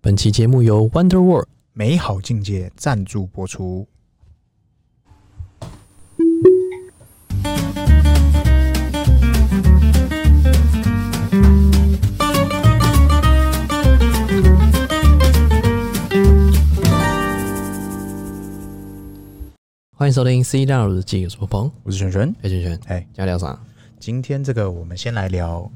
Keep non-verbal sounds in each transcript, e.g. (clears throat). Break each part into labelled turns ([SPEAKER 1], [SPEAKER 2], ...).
[SPEAKER 1] 本期节目由 Wonder World
[SPEAKER 2] 美好境界赞助播出。
[SPEAKER 1] 欢迎收听《C 大佬日记》，我是鹏鹏，
[SPEAKER 2] 我是璇璇，
[SPEAKER 1] 哎，圈圈，
[SPEAKER 2] 哎
[SPEAKER 1] 今天聊啥？
[SPEAKER 2] 今天这个我们先来聊。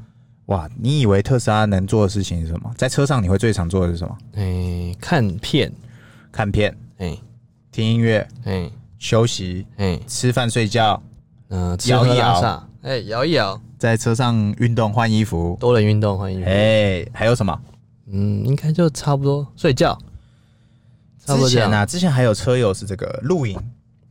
[SPEAKER 2] 哇，你以为特斯拉能做的事情是什么？在车上你会最常做的是什么？
[SPEAKER 1] 哎，看片，
[SPEAKER 2] 看片、
[SPEAKER 1] 哎，
[SPEAKER 2] 听音乐、
[SPEAKER 1] 哎，
[SPEAKER 2] 休息、
[SPEAKER 1] 哎，
[SPEAKER 2] 吃饭、睡觉，
[SPEAKER 1] 嗯、吃
[SPEAKER 2] 摇
[SPEAKER 1] 喝
[SPEAKER 2] 一摇
[SPEAKER 1] 拉撒，哎，摇一摇，
[SPEAKER 2] 在车上运动、换衣服。
[SPEAKER 1] 多人运动，欢迎。
[SPEAKER 2] 哎，还有什么？
[SPEAKER 1] 嗯，应该就差不多，睡觉，差不
[SPEAKER 2] 之
[SPEAKER 1] 多这
[SPEAKER 2] 前
[SPEAKER 1] 样。
[SPEAKER 2] 啊，之前还有车友是这个露营，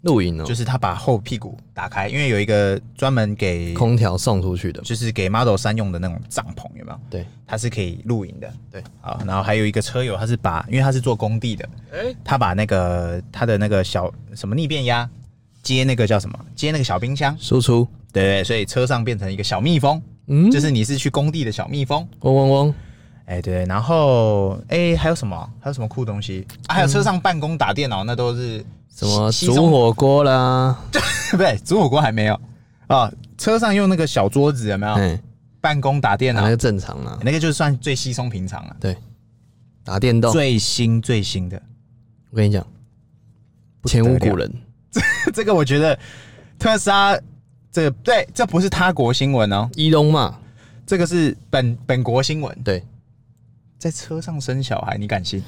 [SPEAKER 1] 露营哦，
[SPEAKER 2] 就是他把后屁股打开，因为有一个专门给
[SPEAKER 1] 空调送出去的，
[SPEAKER 2] 就是给 Model 三用的那种帐篷，有没有？
[SPEAKER 1] 对，
[SPEAKER 2] 它是可以露营的。
[SPEAKER 1] 对，
[SPEAKER 2] 好，然后还有一个车友，他是把，因为他是做工地的，
[SPEAKER 1] 哎，
[SPEAKER 2] 他把那个他的那个小什么逆变压接那个叫什么，接那个小冰箱，
[SPEAKER 1] 输出，
[SPEAKER 2] 对对，所以车上变成一个小蜜蜂，
[SPEAKER 1] 嗯，
[SPEAKER 2] 就是你是去工地的小蜜蜂。
[SPEAKER 1] 嗡嗡嗡，
[SPEAKER 2] 哎，对，然后哎，还有什么？还有什么酷东西？啊、还有车上办公打电脑，那都是 (laughs)
[SPEAKER 1] 什么
[SPEAKER 2] 稀稀松
[SPEAKER 1] 煮火锅啦，
[SPEAKER 2] 不对，煮火锅还没有啊。车上用那个小桌子有没有？
[SPEAKER 1] 哎、
[SPEAKER 2] 办公打哦电
[SPEAKER 1] 啊
[SPEAKER 2] 脑，哎
[SPEAKER 1] 那个正常啦，
[SPEAKER 2] 那个就算最稀松平常了、
[SPEAKER 1] 对，打电动，
[SPEAKER 2] 最新最新的，
[SPEAKER 1] 我跟你讲，前无古人，
[SPEAKER 2] (laughs) 这个我觉得特斯拉这个对，这不是他国新闻哦，
[SPEAKER 1] 伊隆嘛，
[SPEAKER 2] 这个是本本国新闻，
[SPEAKER 1] 对，
[SPEAKER 2] 在车上生小孩，你敢信？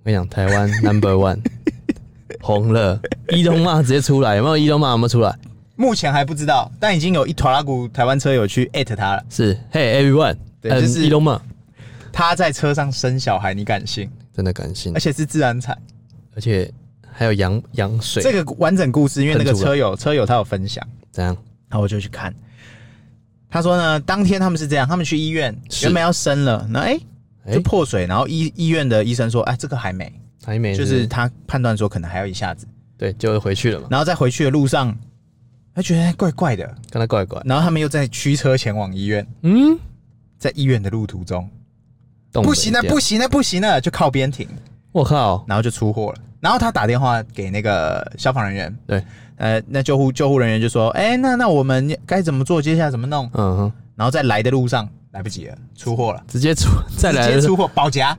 [SPEAKER 1] 我跟你讲，台湾 number one
[SPEAKER 2] (laughs)
[SPEAKER 1] 红了，伊隆嘛直接出来，有没有伊隆嘛有没有出来？
[SPEAKER 2] 目前还不知道，但已经有一坨拉古台湾车友去艾特他了，
[SPEAKER 1] 是，Hey everyone，
[SPEAKER 2] 对
[SPEAKER 1] 嗯
[SPEAKER 2] 就是
[SPEAKER 1] 伊隆嘛，
[SPEAKER 2] 他在车上生小孩，你敢信？
[SPEAKER 1] 真的感性
[SPEAKER 2] 而，且是自然产。
[SPEAKER 1] 而且还有羊羊水，
[SPEAKER 2] 这个完整故事，因为那个
[SPEAKER 1] 喷出来
[SPEAKER 2] 车友车友他有分享，
[SPEAKER 1] 怎样？
[SPEAKER 2] 然后我就去看。他说呢，当天他们是这样，他们去医院
[SPEAKER 1] 是
[SPEAKER 2] 原本要生了，那哎、
[SPEAKER 1] 哎、
[SPEAKER 2] 就破水，然后医医院的医生说，哎，这个还没，
[SPEAKER 1] 还没，
[SPEAKER 2] 就是他判断说可能还要一下子，
[SPEAKER 1] 对，就回去了嘛，
[SPEAKER 2] 然后在回去的路上，他觉得怪怪的，
[SPEAKER 1] 跟他怪怪，
[SPEAKER 2] 然后他们又在驱车前往医院，
[SPEAKER 1] 嗯，
[SPEAKER 2] 在医院的路途中，
[SPEAKER 1] 动
[SPEAKER 2] 不行了，
[SPEAKER 1] 了一下
[SPEAKER 2] 不，行了，不行了，就靠边停，
[SPEAKER 1] 我靠，
[SPEAKER 2] 然后就出货了。然后他打电话给那个消防人员，
[SPEAKER 1] 对，
[SPEAKER 2] 呃，那救护救护人员就说，哎、那那我们该怎么做，接下来怎么弄？
[SPEAKER 1] 嗯哼，
[SPEAKER 2] 然后在来的路上来不及了，出货了，
[SPEAKER 1] 直接
[SPEAKER 2] (laughs)
[SPEAKER 1] 出再来
[SPEAKER 2] 直
[SPEAKER 1] 的
[SPEAKER 2] 接
[SPEAKER 1] 时候
[SPEAKER 2] 出货，保夹，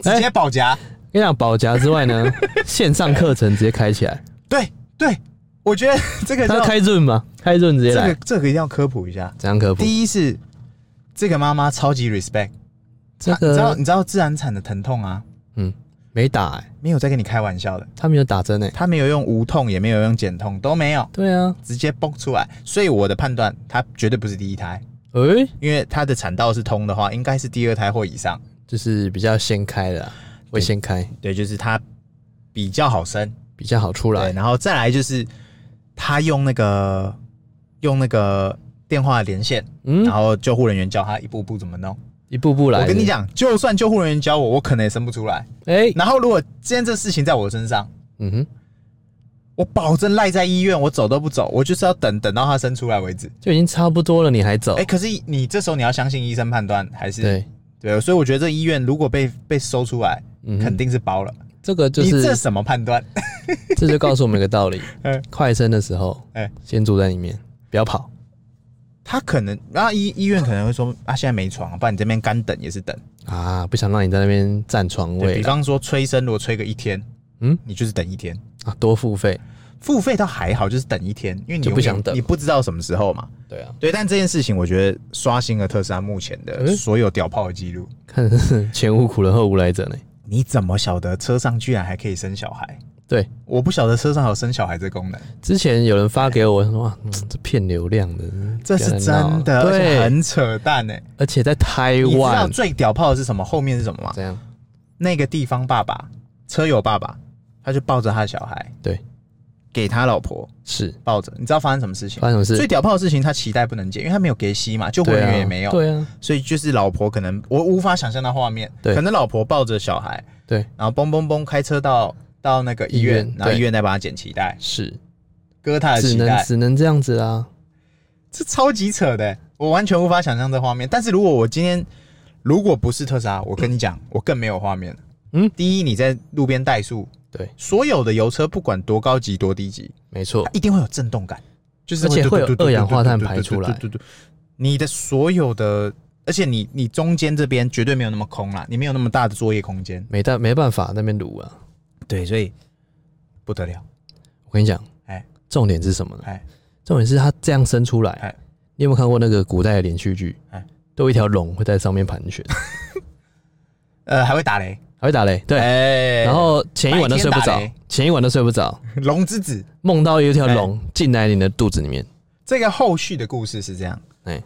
[SPEAKER 2] 直
[SPEAKER 1] 哎
[SPEAKER 2] 接保夹，
[SPEAKER 1] 跟你讲，保夹之外
[SPEAKER 2] (laughs)
[SPEAKER 1] 呢，线上课程直接开起来，
[SPEAKER 2] 对对，我觉得这个
[SPEAKER 1] 他
[SPEAKER 2] 叫
[SPEAKER 1] 开润嘛，开润直接
[SPEAKER 2] 这
[SPEAKER 1] 来
[SPEAKER 2] 个，这个一定要科普一下。
[SPEAKER 1] 怎样科普？
[SPEAKER 2] 第一是这个妈妈超级 respect，
[SPEAKER 1] 这
[SPEAKER 2] 啊你知道
[SPEAKER 1] 个
[SPEAKER 2] 你知道自然产的疼痛啊，
[SPEAKER 1] 嗯，没打哎、
[SPEAKER 2] 没有在跟你开玩笑的，
[SPEAKER 1] 他没有打针哎、
[SPEAKER 2] 她没有用无痛，也没有用减痛，都没有，
[SPEAKER 1] 对啊，
[SPEAKER 2] 直接蹦出来。所以我的判断，她绝对不是第一胎，
[SPEAKER 1] 哎、
[SPEAKER 2] 因为她的产道是通的话，应该是第二胎或以上。
[SPEAKER 1] 就是比较先开的啊，会先开，
[SPEAKER 2] 对，就是她比较好生。
[SPEAKER 1] 比较好出
[SPEAKER 2] 对，
[SPEAKER 1] 来。
[SPEAKER 2] 然后再来就是她用那个用那个电话连线，
[SPEAKER 1] 嗯
[SPEAKER 2] 然，后救护人员教她一步步怎么弄。
[SPEAKER 1] 一步步来。
[SPEAKER 2] 我跟你，讲，就算救护人员教我，我可能也生不出来。
[SPEAKER 1] 哎、
[SPEAKER 2] 然后如果今天这事情在我身上，
[SPEAKER 1] 嗯哼，
[SPEAKER 2] 我保证赖在医院，我走都不走，我就是要等等到他生出来为止。
[SPEAKER 1] 就已经差不多了，你还走？
[SPEAKER 2] 哎、可是你这时候你要相信医生判断，还是
[SPEAKER 1] 对，
[SPEAKER 2] 对所以我觉得这医院如果被被搜出来，
[SPEAKER 1] 嗯
[SPEAKER 2] 肯
[SPEAKER 1] 哼，
[SPEAKER 2] 定是包了。
[SPEAKER 1] 这个就
[SPEAKER 2] 你
[SPEAKER 1] 是
[SPEAKER 2] 这什么判断？
[SPEAKER 1] (laughs) 这就告诉我们一个道理
[SPEAKER 2] (laughs) 哎：
[SPEAKER 1] 快生的时候，
[SPEAKER 2] 哎
[SPEAKER 1] 先住在里面，不要跑。
[SPEAKER 2] (laughs) 他可能，然后医医院可能会说啊，现在没床，不然你这边干等也是等。
[SPEAKER 1] 啊，不想让你在那边占床
[SPEAKER 2] 对
[SPEAKER 1] 位啊
[SPEAKER 2] 比
[SPEAKER 1] 啦
[SPEAKER 2] 方说催生，如果催个一天，
[SPEAKER 1] 嗯，
[SPEAKER 2] 你就是等一天。
[SPEAKER 1] 啊，多付费。
[SPEAKER 2] 付费倒还好，就是等一天，因为你
[SPEAKER 1] 就不
[SPEAKER 2] 永远
[SPEAKER 1] 想等
[SPEAKER 2] 你不知道什么时候嘛。
[SPEAKER 1] 对啊，
[SPEAKER 2] 对，但这件事情我觉得刷新了特斯拉目前的
[SPEAKER 1] 嗯
[SPEAKER 2] 所有屌炮的记录。
[SPEAKER 1] 看前无古人后无来者呢。
[SPEAKER 2] 你怎么晓得车上居然还可以生小孩？
[SPEAKER 1] 对，
[SPEAKER 2] 我不晓得车上还有生小孩这功能，
[SPEAKER 1] 之前有人发给我说哇，嗯这骗流量的，
[SPEAKER 2] 这
[SPEAKER 1] 不
[SPEAKER 2] 是
[SPEAKER 1] 要再闹
[SPEAKER 2] 真
[SPEAKER 1] 了
[SPEAKER 2] 的，而且
[SPEAKER 1] 对，
[SPEAKER 2] 很扯淡哎、
[SPEAKER 1] 而且在台
[SPEAKER 2] 你知道
[SPEAKER 1] 湾
[SPEAKER 2] 最屌炮的是什么？后面是什么吗？
[SPEAKER 1] 怎样？
[SPEAKER 2] 那个地方爸爸，车友爸爸，他就抱着他的小孩，
[SPEAKER 1] 对，
[SPEAKER 2] 给他老婆
[SPEAKER 1] 是
[SPEAKER 2] 抱着。你知道发生什么事情
[SPEAKER 1] 发？生什么
[SPEAKER 2] 最
[SPEAKER 1] 事？
[SPEAKER 2] 屌炮的事情，他脐带不能解，因为他没有给息嘛，救护
[SPEAKER 1] 对
[SPEAKER 2] 人
[SPEAKER 1] 啊，
[SPEAKER 2] 员也没有，
[SPEAKER 1] 对啊，
[SPEAKER 2] 所以就是老婆可能我无法想象那画面，
[SPEAKER 1] 对
[SPEAKER 2] 可能老婆抱着小孩，
[SPEAKER 1] 对，
[SPEAKER 2] 然后嘣嘣嘣开车到到那个医院，
[SPEAKER 1] 医院
[SPEAKER 2] 然后
[SPEAKER 1] 对
[SPEAKER 2] 医院再帮他剪脐带，
[SPEAKER 1] 是
[SPEAKER 2] 割他的
[SPEAKER 1] 只
[SPEAKER 2] 脐
[SPEAKER 1] 能
[SPEAKER 2] 带，
[SPEAKER 1] 只能这样子
[SPEAKER 2] 啊
[SPEAKER 1] 啦。
[SPEAKER 2] 这超级扯的，我完全无法想象这画面。但是如果我今天如果不是特斯拉，我跟你讲，我更没有画面了。
[SPEAKER 1] 嗯
[SPEAKER 2] 嗯，第一，你在路边怠速，
[SPEAKER 1] 对，
[SPEAKER 2] 所有的油车不管多高级多低级，
[SPEAKER 1] 没错
[SPEAKER 2] 它，一定会有震动感，就是
[SPEAKER 1] 而且会有
[SPEAKER 2] 嘟嘟嘟嘟嘟嘟嘟
[SPEAKER 1] 二氧化碳排出来
[SPEAKER 2] 嘟嘟嘟嘟你的所有的，而且你你中间这边绝对没有那么空啦，你没有那么大的作业空间。
[SPEAKER 1] 没办没办法那边撸啊。
[SPEAKER 2] 对，所以不得了。
[SPEAKER 1] 我跟你讲，
[SPEAKER 2] 哎
[SPEAKER 1] 重点是什么呢？
[SPEAKER 2] 哎，
[SPEAKER 1] 重点是它这样伸出来，
[SPEAKER 2] 哎
[SPEAKER 1] 你有没有看过那个古代的连续剧？
[SPEAKER 2] 哎
[SPEAKER 1] 都有一条龙会在上面盘旋，
[SPEAKER 2] 呃，还会打雷。
[SPEAKER 1] 还会打雷，对。
[SPEAKER 2] 哎
[SPEAKER 1] 然后前一晚都睡不
[SPEAKER 2] 白天打
[SPEAKER 1] 着
[SPEAKER 2] 雷，
[SPEAKER 1] 前一晚都睡不着，
[SPEAKER 2] 龙之子
[SPEAKER 1] 梦到有一条龙
[SPEAKER 2] 哎
[SPEAKER 1] 进来你的肚子里面，
[SPEAKER 2] 这个后续的故事是这样。
[SPEAKER 1] 哎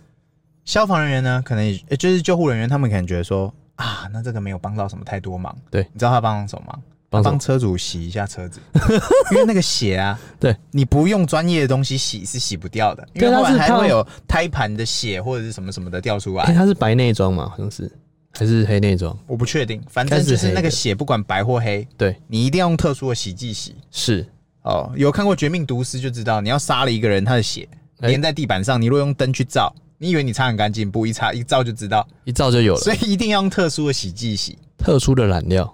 [SPEAKER 2] 消防人员呢，可能也呃就是救护人员，他们可能觉得说啊，那这个没有帮到什么太多忙。
[SPEAKER 1] 对
[SPEAKER 2] 你知道他帮了什么忙？
[SPEAKER 1] 帮什么
[SPEAKER 2] 帮车主洗一下车子， (laughs) 因为那个血啊，
[SPEAKER 1] 对
[SPEAKER 2] 你不用专业的东西洗是洗不掉的，因
[SPEAKER 1] 对
[SPEAKER 2] 为后
[SPEAKER 1] 它是
[SPEAKER 2] 来还
[SPEAKER 1] 靠
[SPEAKER 2] 会有胎盘的血或者是什么什么的掉出
[SPEAKER 1] 哎，
[SPEAKER 2] 来。
[SPEAKER 1] 它是白内装嘛，好像是还是黑内装？
[SPEAKER 2] 我不确定，反正就是那
[SPEAKER 1] 应该是黑的
[SPEAKER 2] 个血，不管白或黑，
[SPEAKER 1] 对，
[SPEAKER 2] 你一定要用特殊的洗剂洗。
[SPEAKER 1] 是
[SPEAKER 2] 哦，有看过《绝命毒师》就知道，你要杀了一个人，他的血
[SPEAKER 1] 哎
[SPEAKER 2] 粘在地板上，你如果用灯去照，你以为你擦很干净，不一擦一照就知道，
[SPEAKER 1] 一照就有了，
[SPEAKER 2] 所以一定要用特殊的洗剂洗。
[SPEAKER 1] 特殊的染料，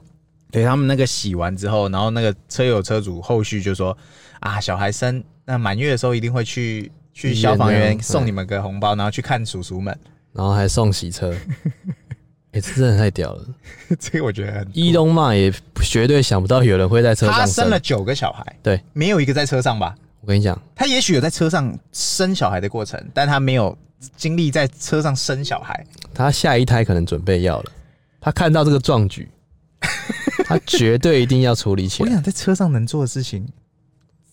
[SPEAKER 2] 对他们那个洗完之后，然后那个车友车主后续就说啊，小孩生那满月的时候一定会去去
[SPEAKER 1] 医院
[SPEAKER 2] 消防
[SPEAKER 1] 这样
[SPEAKER 2] 员
[SPEAKER 1] 嗯
[SPEAKER 2] 送你们个红包，然后去看叔叔们。
[SPEAKER 1] 然后还送洗车，哎，这真的太屌了！
[SPEAKER 2] (laughs) 这个我觉得很
[SPEAKER 1] 伊东骂也绝对想不到有人会在车
[SPEAKER 2] 他
[SPEAKER 1] 上
[SPEAKER 2] 生
[SPEAKER 1] 生
[SPEAKER 2] 了。九个小孩，
[SPEAKER 1] 对，
[SPEAKER 2] 没有一个在车上吧？
[SPEAKER 1] 我跟你讲，
[SPEAKER 2] 他也许有在车上生小孩的过程，但他没有经历在车上生小孩。
[SPEAKER 1] 他下一胎可能准备要了，他看到这个壮
[SPEAKER 2] (laughs)
[SPEAKER 1] 举，他绝对一定要处理起
[SPEAKER 2] 我跟
[SPEAKER 1] 来。
[SPEAKER 2] 你讲，在车上能做的事情，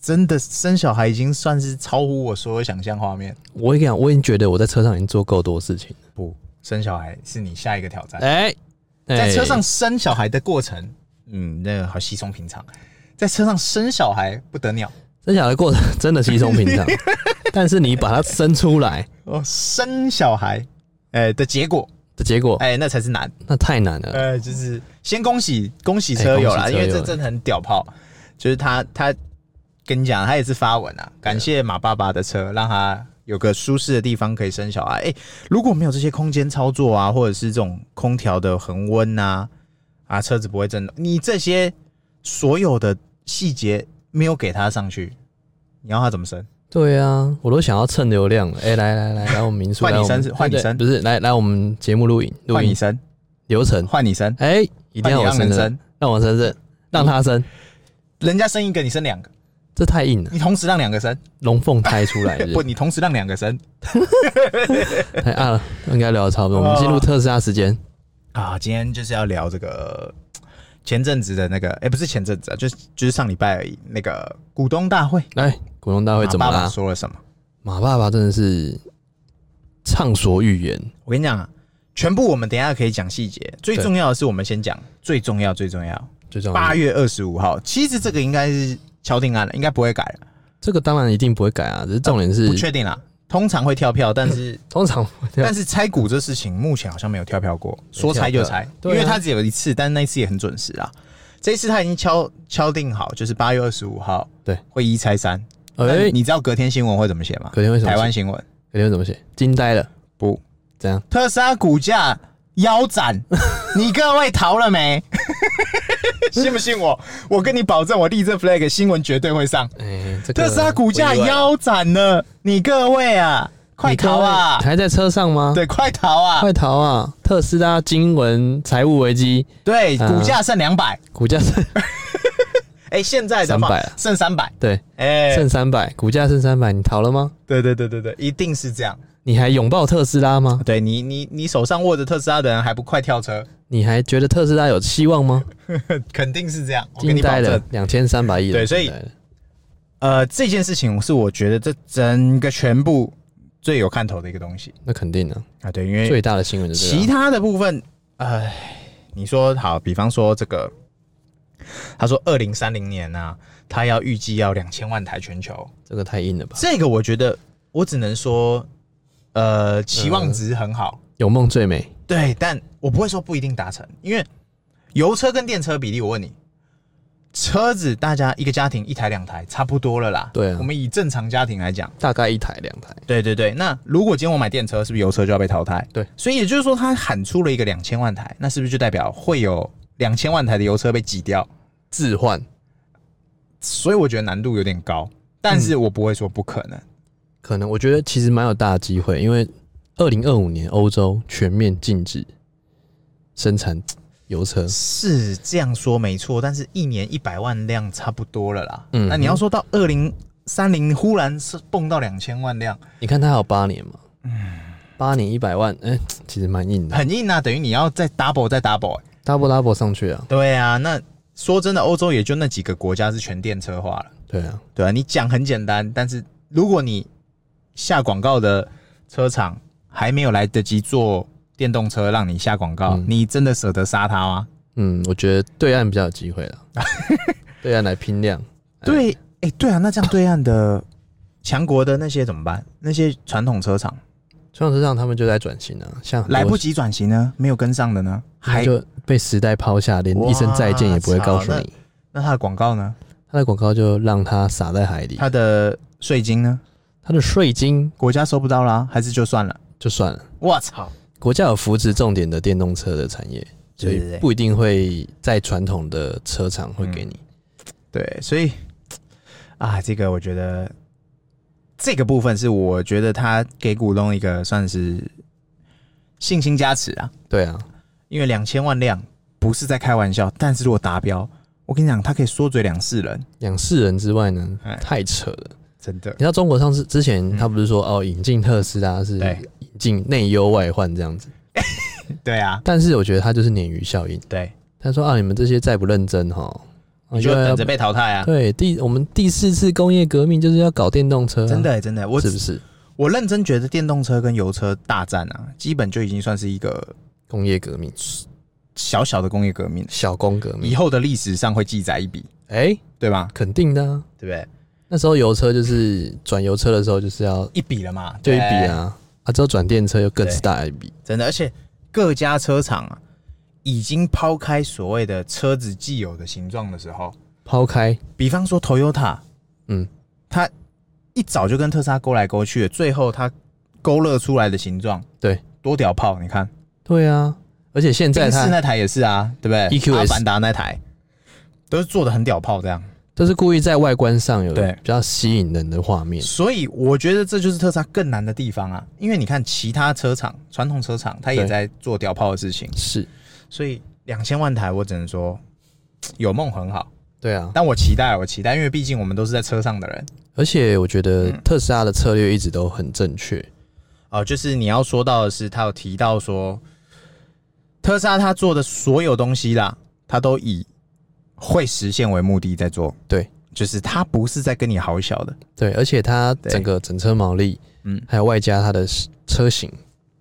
[SPEAKER 2] 真的生小孩已经算是超乎我所有想象画面。
[SPEAKER 1] 我跟你讲，我已经觉得我在车上已经做够多事情了。
[SPEAKER 2] 不，生小孩是你下一个挑战。
[SPEAKER 1] 哎、哎
[SPEAKER 2] 在车上生小孩的过程，嗯，那个好稀松平常。在车上生小孩不得了
[SPEAKER 1] 生小孩过程真的稀松平
[SPEAKER 2] (laughs)
[SPEAKER 1] 常，但是你把它生出来
[SPEAKER 2] 哦，生小孩，哎、的结果，
[SPEAKER 1] 的结果，
[SPEAKER 2] 哎、那才是难。
[SPEAKER 1] 那太难了。
[SPEAKER 2] 呃，就是先恭喜恭喜车友啦，
[SPEAKER 1] 啊哎恭喜车
[SPEAKER 2] 因
[SPEAKER 1] 友
[SPEAKER 2] 为这真的很屌炮。就是他他跟你讲，他也是发文啊，感谢马爸爸的车，让他有个舒适的地方可以生小孩。哎、如果没有这些空间操作啊，或者是这种空调的恒温啊，啊，车子不会震动，你这些所有的细节没有给他上去，你要他怎么生？
[SPEAKER 1] 对啊，我都想要蹭流量了。哎、来来来，来我们民宿，
[SPEAKER 2] 换你
[SPEAKER 1] 来我们
[SPEAKER 2] 生换你
[SPEAKER 1] 对
[SPEAKER 2] 生
[SPEAKER 1] 不是来来我们节目录影，录
[SPEAKER 2] 换你
[SPEAKER 1] 影
[SPEAKER 2] 生，
[SPEAKER 1] 流程，
[SPEAKER 2] 换你生，
[SPEAKER 1] 哎、一定要我
[SPEAKER 2] 换你让
[SPEAKER 1] 生
[SPEAKER 2] 人
[SPEAKER 1] 的，
[SPEAKER 2] 生，
[SPEAKER 1] 让我生生，让他生，
[SPEAKER 2] 人家生一个，你生两个，
[SPEAKER 1] 这太硬了，
[SPEAKER 2] 你同时让两个生，
[SPEAKER 1] 龙凤胎出来是不是
[SPEAKER 2] (laughs) 不，你同时让两个生。
[SPEAKER 1] 太暗了，应该聊的差不多。
[SPEAKER 2] 哦
[SPEAKER 1] 我们进入特斯拉时间，
[SPEAKER 2] 啊，今天就是要聊这个前阵子的那个，哎、不是前阵子啊，就是就是上礼拜而已，那个股东大会，
[SPEAKER 1] 来股哎东大会怎么
[SPEAKER 2] 马爸爸
[SPEAKER 1] 啦？
[SPEAKER 2] 说了什么？
[SPEAKER 1] 马爸爸真的是畅所欲言，
[SPEAKER 2] 我跟你讲啊，全部我们等一下可以讲细节，最
[SPEAKER 1] 对
[SPEAKER 2] 重要的是我们先讲最重要最重要。
[SPEAKER 1] 最重要
[SPEAKER 2] 八
[SPEAKER 1] 的
[SPEAKER 2] 月二十五号，其实这个应该是敲定案了，应该不会改了，
[SPEAKER 1] 这个当然一定不会改啊，只是重点是
[SPEAKER 2] 不确定啦。通常会跳票，
[SPEAKER 1] (laughs)
[SPEAKER 2] 但是
[SPEAKER 1] 通
[SPEAKER 2] (laughs)
[SPEAKER 1] 常
[SPEAKER 2] 但是拆股这事情目前好像没有跳票过，说拆就拆，因
[SPEAKER 1] 对啊
[SPEAKER 2] 为他只有一次，但那一次也很准时啊。这一次他已经敲敲定好，就是八月二十五号，
[SPEAKER 1] 对，
[SPEAKER 2] 会一拆三，那
[SPEAKER 1] 哎
[SPEAKER 2] 你，你知道隔天新闻会怎么写吗？
[SPEAKER 1] 隔天为什么写
[SPEAKER 2] 台湾新闻
[SPEAKER 1] 隔天怎么写？惊呆了，
[SPEAKER 2] 不，
[SPEAKER 1] 怎样？
[SPEAKER 2] 特斯拉股价
[SPEAKER 1] (laughs)
[SPEAKER 2] 腰斩，你各位逃了没？信不信我？我跟你保证，我立这 flag，新闻绝对会上。
[SPEAKER 1] 哎，这个
[SPEAKER 2] 特斯拉股价
[SPEAKER 1] 不意外
[SPEAKER 2] 腰斩了，你各位啊，快逃啊
[SPEAKER 1] 你！还在车上吗？
[SPEAKER 2] 对，快逃啊！
[SPEAKER 1] 快逃啊！特斯拉经文财务危机，
[SPEAKER 2] 对，
[SPEAKER 1] 嗯
[SPEAKER 2] 股价剩两百，
[SPEAKER 1] 股价剩
[SPEAKER 2] 哎，现在的
[SPEAKER 1] 300
[SPEAKER 2] 话
[SPEAKER 1] 啊，
[SPEAKER 2] 剩三百
[SPEAKER 1] 对
[SPEAKER 2] 哎，
[SPEAKER 1] 剩三百，股价剩三百，你逃了吗？
[SPEAKER 2] 对对对对对，一定是这样。
[SPEAKER 1] 你还拥抱特斯拉吗？
[SPEAKER 2] 对你你你手上握着特斯拉的人还不快跳车，
[SPEAKER 1] 你还觉得特斯拉有希望吗？
[SPEAKER 2] 肯定是这样，我跟
[SPEAKER 1] 惊
[SPEAKER 2] 你保
[SPEAKER 1] 呆了
[SPEAKER 2] 证。，
[SPEAKER 1] 两千三百亿了。
[SPEAKER 2] 对所以
[SPEAKER 1] 惊呆了
[SPEAKER 2] 呃，这件事情是我觉得这整个全部最有看头的一个东西
[SPEAKER 1] 那肯定的，
[SPEAKER 2] 啊，对，因为
[SPEAKER 1] 最大的新闻就是这
[SPEAKER 2] 其
[SPEAKER 1] 个啊
[SPEAKER 2] 他的部分，呃，你说好，比方说这个，他说二零三零年啊，他要预计要两千万台全球，
[SPEAKER 1] 这个太硬了吧？
[SPEAKER 2] 这个我觉得我只能说，呃，期望值很好，
[SPEAKER 1] 有梦最美，
[SPEAKER 2] 对，但我不会说不一定达成，因为油车跟电车比例，我问你。车子，大家一个家庭一台两台差不多了啦。
[SPEAKER 1] 对啊
[SPEAKER 2] 我们以正常家庭来讲，
[SPEAKER 1] 大概一台两台，
[SPEAKER 2] 对对对，那如果今天我买电车，是不是油车就要被淘汰？
[SPEAKER 1] 对，
[SPEAKER 2] 所以也就是说，他喊出了一个两千万台，那是不是就代表会有两千万台的油车被挤掉，
[SPEAKER 1] 置换
[SPEAKER 2] 所以我觉得难度有点高，但是我不会说不可能。
[SPEAKER 1] 可能我觉得其实蛮有大的机会，因为二零二五年欧洲全面禁止生产油车，
[SPEAKER 2] 是这样说没错，但是一年一百万辆差不多了啦。
[SPEAKER 1] 嗯
[SPEAKER 2] 那你要说到二零三零忽然是蹦到两千万辆，
[SPEAKER 1] 你看它还有八年嘛，
[SPEAKER 2] 嗯
[SPEAKER 1] 八年一百万，哎、其实蛮硬的
[SPEAKER 2] 很硬啊，等于你要再 double 再 double、欸。
[SPEAKER 1] ，double double 上去啊，
[SPEAKER 2] 对啊，那说真的，欧洲也就那几个国家是全电车化了。
[SPEAKER 1] 对啊，
[SPEAKER 2] 对啊，你讲很简单，但是如果你下广告的车厂还没有来得及做电动车让你下广告，
[SPEAKER 1] 嗯
[SPEAKER 2] 你真的舍得杀它吗？
[SPEAKER 1] 嗯，我觉得对岸比较有机会
[SPEAKER 2] (laughs)
[SPEAKER 1] 了，对岸来拼量，
[SPEAKER 2] 对，哎、对啊，那这样对岸的强国的那些怎么办？那些传统车厂
[SPEAKER 1] 传统车上他们就在转型啊，像很多
[SPEAKER 2] 来不及转型呢，没有跟上的呢，还
[SPEAKER 1] 就被时代抛下，连一声再见也不会告诉
[SPEAKER 2] 哇
[SPEAKER 1] 你。
[SPEAKER 2] 那它的广告呢？
[SPEAKER 1] 他的广告就让它撒在海里，
[SPEAKER 2] 它的税金呢？
[SPEAKER 1] 他的税金
[SPEAKER 2] 国家收不到啦，还是就算了？
[SPEAKER 1] 就算了。
[SPEAKER 2] 我操！
[SPEAKER 1] 国家有扶持重点的电动车的产业，所
[SPEAKER 2] 对
[SPEAKER 1] 以
[SPEAKER 2] 对对
[SPEAKER 1] 不一定会在传统的车厂会给你。
[SPEAKER 2] 嗯对，所以啊，这个我觉得这个部分是我觉得他给股东一个算是信心加持啊，
[SPEAKER 1] 对啊，
[SPEAKER 2] 因为两千万辆不是在开玩笑，但是如果达标，我跟你讲，他可以缩嘴两世人，
[SPEAKER 1] 两世人之外呢
[SPEAKER 2] 哎，
[SPEAKER 1] 太扯了。
[SPEAKER 2] 真的
[SPEAKER 1] 你。知道中国上次之前他不是说、哦引进特斯拉是
[SPEAKER 2] 对
[SPEAKER 1] 引进内忧外患这样子，
[SPEAKER 2] 对啊，
[SPEAKER 1] 但是我觉得他就是鲶鱼效应。
[SPEAKER 2] 对，
[SPEAKER 1] 他说啊你们这些再不认真哈，啊
[SPEAKER 2] 你就
[SPEAKER 1] 又要
[SPEAKER 2] 等着被淘汰啊！
[SPEAKER 1] 对第我们第四次工业革命就是要搞电动车啊、
[SPEAKER 2] 真的、真的，我
[SPEAKER 1] 是不是
[SPEAKER 2] 我认真觉得电动车跟油车大战啊，基本就已经算是一个
[SPEAKER 1] 工业革命
[SPEAKER 2] 小小的工业革命，
[SPEAKER 1] 小工革
[SPEAKER 2] 以
[SPEAKER 1] 命？
[SPEAKER 2] 后的历史上会记载一笔，
[SPEAKER 1] 哎、
[SPEAKER 2] 对吧？
[SPEAKER 1] 肯定的、啊。
[SPEAKER 2] 对不对？
[SPEAKER 1] 那时候油车就是转油车的时候，就是要
[SPEAKER 2] 一笔了嘛，
[SPEAKER 1] 就一笔
[SPEAKER 2] 对
[SPEAKER 1] 啊，啊之后转电车又更是大一笔，
[SPEAKER 2] 真的，而且各家车厂啊，已经抛开所谓的车子既有的形状的时候，
[SPEAKER 1] 抛开
[SPEAKER 2] 比方说 Toyota，
[SPEAKER 1] 嗯，
[SPEAKER 2] 它一早就跟特斯拉勾来勾去的，最后它勾勒出来的形状，
[SPEAKER 1] 对，
[SPEAKER 2] 多屌炮！你看，
[SPEAKER 1] 对啊，而且现在
[SPEAKER 2] 宾士
[SPEAKER 1] 他
[SPEAKER 2] 那台也是啊，对不对
[SPEAKER 1] EQS
[SPEAKER 2] 阿凡达那台都是做的很屌炮这样，
[SPEAKER 1] 都是故意在外观上有
[SPEAKER 2] 对
[SPEAKER 1] 比较吸引人的画面，
[SPEAKER 2] 所以我觉得这就是特斯拉更难的地方啊，因为你看其他车厂、传统车厂，它也
[SPEAKER 1] 对
[SPEAKER 2] 在做屌炮的事情，
[SPEAKER 1] 是，
[SPEAKER 2] 所以两千万台，我只能说有梦很好。
[SPEAKER 1] 对啊，
[SPEAKER 2] 但我期待，我期待，因为毕竟我们都是在车上的人
[SPEAKER 1] 而且我觉得
[SPEAKER 2] 嗯
[SPEAKER 1] 特斯拉的策略一直都很正确，
[SPEAKER 2] 哦、就是你要说到的是，他有提到说，特斯拉他做的所有东西啦，他都以会实现为目的在做。
[SPEAKER 1] 对，
[SPEAKER 2] 就是他不是在跟你好小的。
[SPEAKER 1] 对，而且它
[SPEAKER 2] 对
[SPEAKER 1] 整个整车毛利，
[SPEAKER 2] 嗯
[SPEAKER 1] 还有外加它的车型，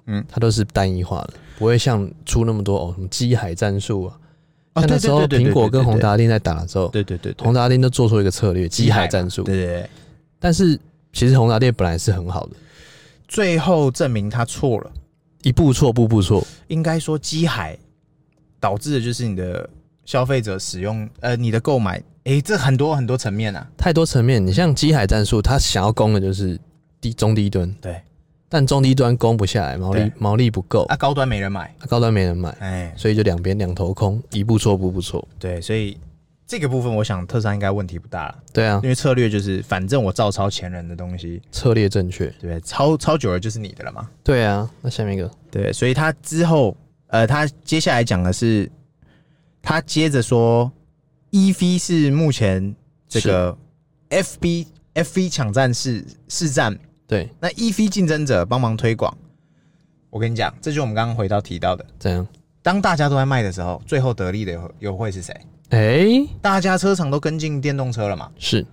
[SPEAKER 2] 嗯
[SPEAKER 1] 它都是单一化的，不会像出那么多哦什么机海战术啊，
[SPEAKER 2] 哦
[SPEAKER 1] 像那时候
[SPEAKER 2] 对对对对
[SPEAKER 1] 苹果跟
[SPEAKER 2] 对对
[SPEAKER 1] 宏达电在打的时候，
[SPEAKER 2] 对对对对，
[SPEAKER 1] 宏达电就做出一个策略，机海
[SPEAKER 2] 嘛
[SPEAKER 1] 战术，
[SPEAKER 2] 对对对，
[SPEAKER 1] 但是其实宏达电本来是很好的，
[SPEAKER 2] 最后证明他错了。
[SPEAKER 1] 一步错步步错，
[SPEAKER 2] 应该说，机海导致的就是你的消费者使用，呃，你的购买，诶、这很多很多层面啊。
[SPEAKER 1] 太多层面。你像机海战术，它想要攻的就是低中低端，
[SPEAKER 2] 对，
[SPEAKER 1] 但中低端攻不下来，毛利
[SPEAKER 2] 对
[SPEAKER 1] 毛利不够，
[SPEAKER 2] 啊，高端没人买，
[SPEAKER 1] 高端没人买，
[SPEAKER 2] 哎，
[SPEAKER 1] 所以就两边两头空，一步错步步错。
[SPEAKER 2] 对，所以这个部分我想特斯拉应该问题不大了，
[SPEAKER 1] 对啊
[SPEAKER 2] 因，为策略就是反正我照抄前人的东西，
[SPEAKER 1] 策略正确。
[SPEAKER 2] 对不对？抄抄久了就是你的了嘛，
[SPEAKER 1] 对啊，那下面一个
[SPEAKER 2] 对，所以他之后，呃，他接下来讲的是，他接着说，EV 是目前这个 FB FV 抢占市市占，
[SPEAKER 1] 对
[SPEAKER 2] 那 EV 竞争者帮忙推广。我跟你讲，这就是我们刚刚回到提到的，
[SPEAKER 1] 怎样？
[SPEAKER 2] 当大家都在卖的时候，最后得利的又又会是谁？
[SPEAKER 1] 哎、
[SPEAKER 2] 大家车厂都跟进电动车了嘛？
[SPEAKER 1] 是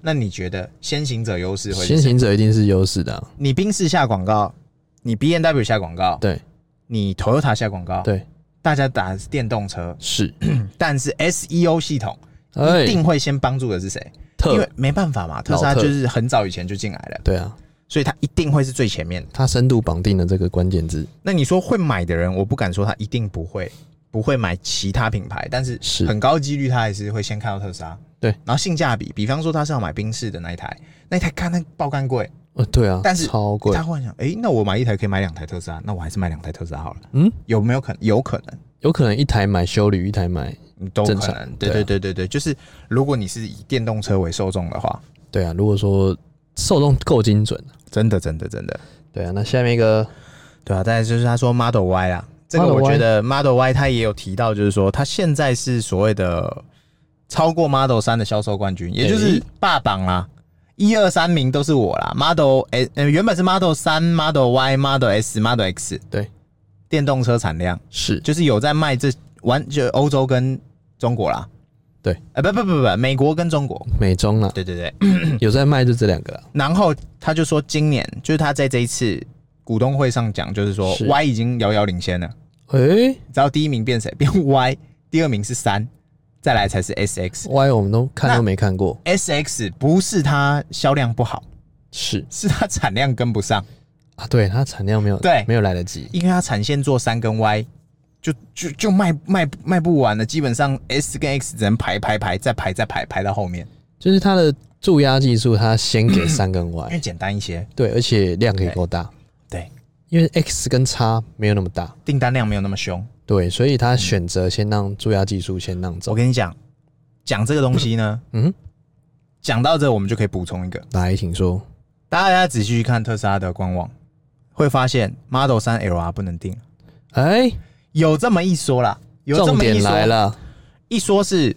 [SPEAKER 2] 那你觉得先行者优势会是
[SPEAKER 1] 先
[SPEAKER 2] 谁？
[SPEAKER 1] 行者一定是优势的啊、
[SPEAKER 2] 你宾士下广告，你 B N W 下广告，
[SPEAKER 1] 对
[SPEAKER 2] 你 Toyota 下广告，，
[SPEAKER 1] 对
[SPEAKER 2] 大家打的是电动车，
[SPEAKER 1] 是，
[SPEAKER 2] 但是 S E O 系统
[SPEAKER 1] 哎、
[SPEAKER 2] 一定会先帮助的是谁？因
[SPEAKER 1] 特
[SPEAKER 2] 为没办法嘛，特斯拉
[SPEAKER 1] 老特
[SPEAKER 2] 就是很早以前就进来了，
[SPEAKER 1] 对啊，
[SPEAKER 2] 所以它一定会是最前面的。
[SPEAKER 1] 它深度绑定了这个关键字，
[SPEAKER 2] 那你说会买的人，我不敢说他一定不会不会买其他品牌，但是
[SPEAKER 1] 是
[SPEAKER 2] 很高几率他还是会先看到特斯拉。
[SPEAKER 1] 对，
[SPEAKER 2] 然后性价比，比方说他是要买宾士的那一台，那一台看那爆干贵，
[SPEAKER 1] 呃，对啊，
[SPEAKER 2] 但是
[SPEAKER 1] 超贵
[SPEAKER 2] 他，忽然想，哎、那我买一台可以买两台特斯拉，那我还是买两台特斯拉好了。
[SPEAKER 1] 嗯，
[SPEAKER 2] 有没有可能？有可能，
[SPEAKER 1] 有可能一台买修旅，一台买，
[SPEAKER 2] 嗯都可
[SPEAKER 1] 正
[SPEAKER 2] 能。
[SPEAKER 1] 常
[SPEAKER 2] 对
[SPEAKER 1] 对
[SPEAKER 2] 对
[SPEAKER 1] 啊
[SPEAKER 2] 对对对，就是如果你是以电动车为受众的话，
[SPEAKER 1] 对啊，如果说受众够精准，啊
[SPEAKER 2] 真的真的真的，
[SPEAKER 1] 对啊，那下面一个
[SPEAKER 2] 对啊。但是就是他说 Model Y 啊，这个
[SPEAKER 1] Model
[SPEAKER 2] 我
[SPEAKER 1] Y
[SPEAKER 2] 觉得 Model Y 他也有提到，就是说他现在是所谓的超过 Model 三的销售冠军，也就是
[SPEAKER 1] 诶
[SPEAKER 2] 霸榜啦。一二三名都是我啦，Model 哎、呃，原本是 Model 三、Model Y、Model S、Model X，
[SPEAKER 1] 对，
[SPEAKER 2] 电动车产量
[SPEAKER 1] 是
[SPEAKER 2] 就是有在卖这完就欧洲跟中国啦，
[SPEAKER 1] 对，
[SPEAKER 2] 呃不不不不，美国跟中国，
[SPEAKER 1] 美妆
[SPEAKER 2] (clears throat)
[SPEAKER 1] 啦，
[SPEAKER 2] 对对对，
[SPEAKER 1] 有在卖就这两个啊啦，
[SPEAKER 2] 然后他就说，今年就是他在这一次股东会上讲，就是说
[SPEAKER 1] 是
[SPEAKER 2] Y 已经遥遥领先了。
[SPEAKER 1] 诶、
[SPEAKER 2] 你知道第一名变谁？ (laughs) 变 Y，第二名是三，再来才是 SX。
[SPEAKER 1] y 我们都看
[SPEAKER 2] 那
[SPEAKER 1] 都没看过，
[SPEAKER 2] SX 不是它销量不好，
[SPEAKER 1] 是
[SPEAKER 2] 是它产量跟不上，
[SPEAKER 1] 啊，对，它产量没有，
[SPEAKER 2] 对
[SPEAKER 1] 没有来得及，
[SPEAKER 2] 因为它产线做三跟 Y，就就就卖卖卖不完了，基本上 S 跟 X 只能排排排再排再排排到后面，
[SPEAKER 1] 就是它的注压技术，它先给三根
[SPEAKER 2] 因
[SPEAKER 1] Y，
[SPEAKER 2] 为简单一些，
[SPEAKER 1] 对，而且量可以够大，
[SPEAKER 2] 对，
[SPEAKER 1] 因为 X 跟 X 没有那么大，
[SPEAKER 2] 订单量没有那么凶。
[SPEAKER 1] 对，所以它选择先让注压技术先让
[SPEAKER 2] 我
[SPEAKER 1] 走，
[SPEAKER 2] 跟你讲，讲这个东西呢，
[SPEAKER 1] 嗯，
[SPEAKER 2] 讲到这我们就可以补充一个，
[SPEAKER 1] 来，请说，
[SPEAKER 2] 大家仔细去看特斯拉的官网，会发现 Model 三 LR 不能定，
[SPEAKER 1] 哎、
[SPEAKER 2] 有这么一说啦，有这
[SPEAKER 1] 重
[SPEAKER 2] 么一
[SPEAKER 1] 点
[SPEAKER 2] 说
[SPEAKER 1] 来，了，
[SPEAKER 2] 一说是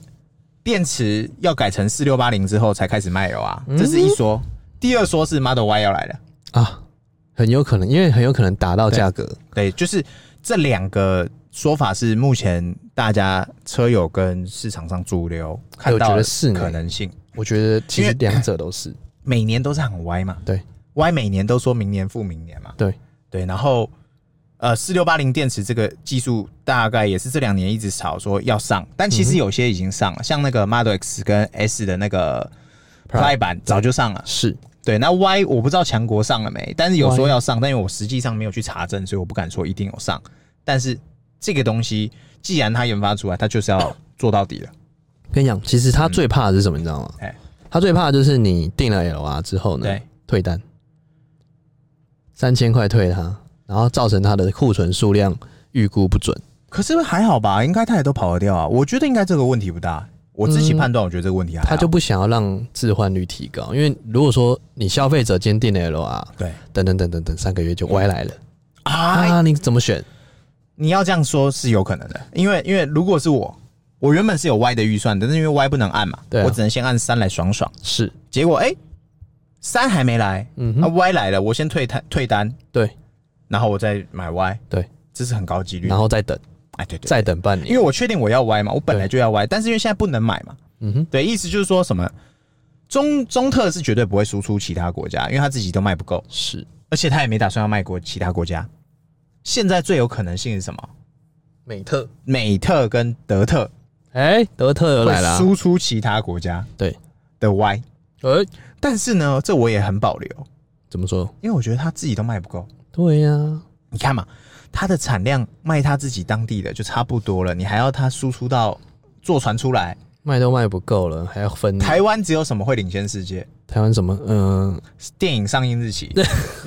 [SPEAKER 2] 电池要改成四六八零之后才开始卖 LR，、这
[SPEAKER 1] 嗯
[SPEAKER 2] 是一说；第二说是 Model Y 要来了，
[SPEAKER 1] 啊，很有可能，因为很有可能达到价格，
[SPEAKER 2] 对，就是这两个说法是目前大家车友跟市场上主流看
[SPEAKER 1] 哎我
[SPEAKER 2] 到
[SPEAKER 1] 觉
[SPEAKER 2] 的
[SPEAKER 1] 得是呢
[SPEAKER 2] 可能性，
[SPEAKER 1] 我觉得其
[SPEAKER 2] 因
[SPEAKER 1] 实
[SPEAKER 2] 为
[SPEAKER 1] 两者都是，
[SPEAKER 2] 每年都是很歪嘛，
[SPEAKER 1] 对，
[SPEAKER 2] Y 每年都说明年复明年嘛，
[SPEAKER 1] 对
[SPEAKER 2] 对，然后呃，四六八零电池这个技术大概也是这两年一直吵说要上，但其
[SPEAKER 1] 嗯
[SPEAKER 2] 实有些已经上了，像那个 Model X 跟 S 的那个 Play 版早就上了。
[SPEAKER 1] 是，
[SPEAKER 2] 对，那 Y 我不知道强国上了没，但是有
[SPEAKER 1] Y
[SPEAKER 2] 说要上，但因为我实际上没有去查证，所以我不敢说一定有上。但是这个东西既然它研发出来，它就是要做到底了。
[SPEAKER 1] 跟你讲，其实他最怕的是什么，你知道吗？
[SPEAKER 2] 嗯哎
[SPEAKER 1] 他最怕的就是你定了 L R 之后呢，
[SPEAKER 2] 对
[SPEAKER 1] 退单，三千块退他，然后造成他的库存数量预估不准。
[SPEAKER 2] 可是还好吧，应该它也都跑得掉啊。我觉得应该这个问题不大。我自己
[SPEAKER 1] 嗯
[SPEAKER 2] 判断，我觉得这个问题还好。
[SPEAKER 1] 他就不想要让置换率提高，因为如果说你消费者坚定了 L R，
[SPEAKER 2] 对
[SPEAKER 1] 等等等等等三个月就歪来了、
[SPEAKER 2] 啊，
[SPEAKER 1] 啊，你怎么选？
[SPEAKER 2] 你要这样说，是有可能的，因为因为如果是我，我原本是有 Y 的预算的，但是因为 Y 不能按嘛，
[SPEAKER 1] 对啊
[SPEAKER 2] 我只能先按三来爽爽。
[SPEAKER 1] 是，
[SPEAKER 2] 结果哎，三、还没来，
[SPEAKER 1] 嗯
[SPEAKER 2] 那、
[SPEAKER 1] 哼，
[SPEAKER 2] Y 来了，我先退单退单，
[SPEAKER 1] 对，
[SPEAKER 2] 然后我再买 Y，
[SPEAKER 1] 对，
[SPEAKER 2] 这是很高几率。
[SPEAKER 1] 然后再等，
[SPEAKER 2] 哎，对对，
[SPEAKER 1] 再等半
[SPEAKER 2] 因
[SPEAKER 1] 年，
[SPEAKER 2] 为我确定我要 Y 嘛，我本来就要 Y，但是因为现在不能买嘛，
[SPEAKER 1] 嗯哼，
[SPEAKER 2] 对，意思就是说什么中中特是绝对不会输出其他国家，因为他自己都卖不够，
[SPEAKER 1] 是，
[SPEAKER 2] 而且他也没打算要卖国其他国家。现在最有可能性是什么？
[SPEAKER 1] 美特，
[SPEAKER 2] 美特跟德特
[SPEAKER 1] 哎、德特又来了啊，
[SPEAKER 2] 会输出其他国家
[SPEAKER 1] 对，
[SPEAKER 2] 的 Y。
[SPEAKER 1] 哎、
[SPEAKER 2] 但是呢，这我也很保留，
[SPEAKER 1] 怎么说？
[SPEAKER 2] 因为我觉得他自己都卖不够。
[SPEAKER 1] 对呀、
[SPEAKER 2] 你看嘛，它的产量卖他自己当地的就差不多了，你还要它输出到坐船出来。
[SPEAKER 1] 卖都卖不够了，还要分
[SPEAKER 2] 台湾只有什么会领先世界？
[SPEAKER 1] 台湾什么？嗯、
[SPEAKER 2] 电影上映日期 (laughs)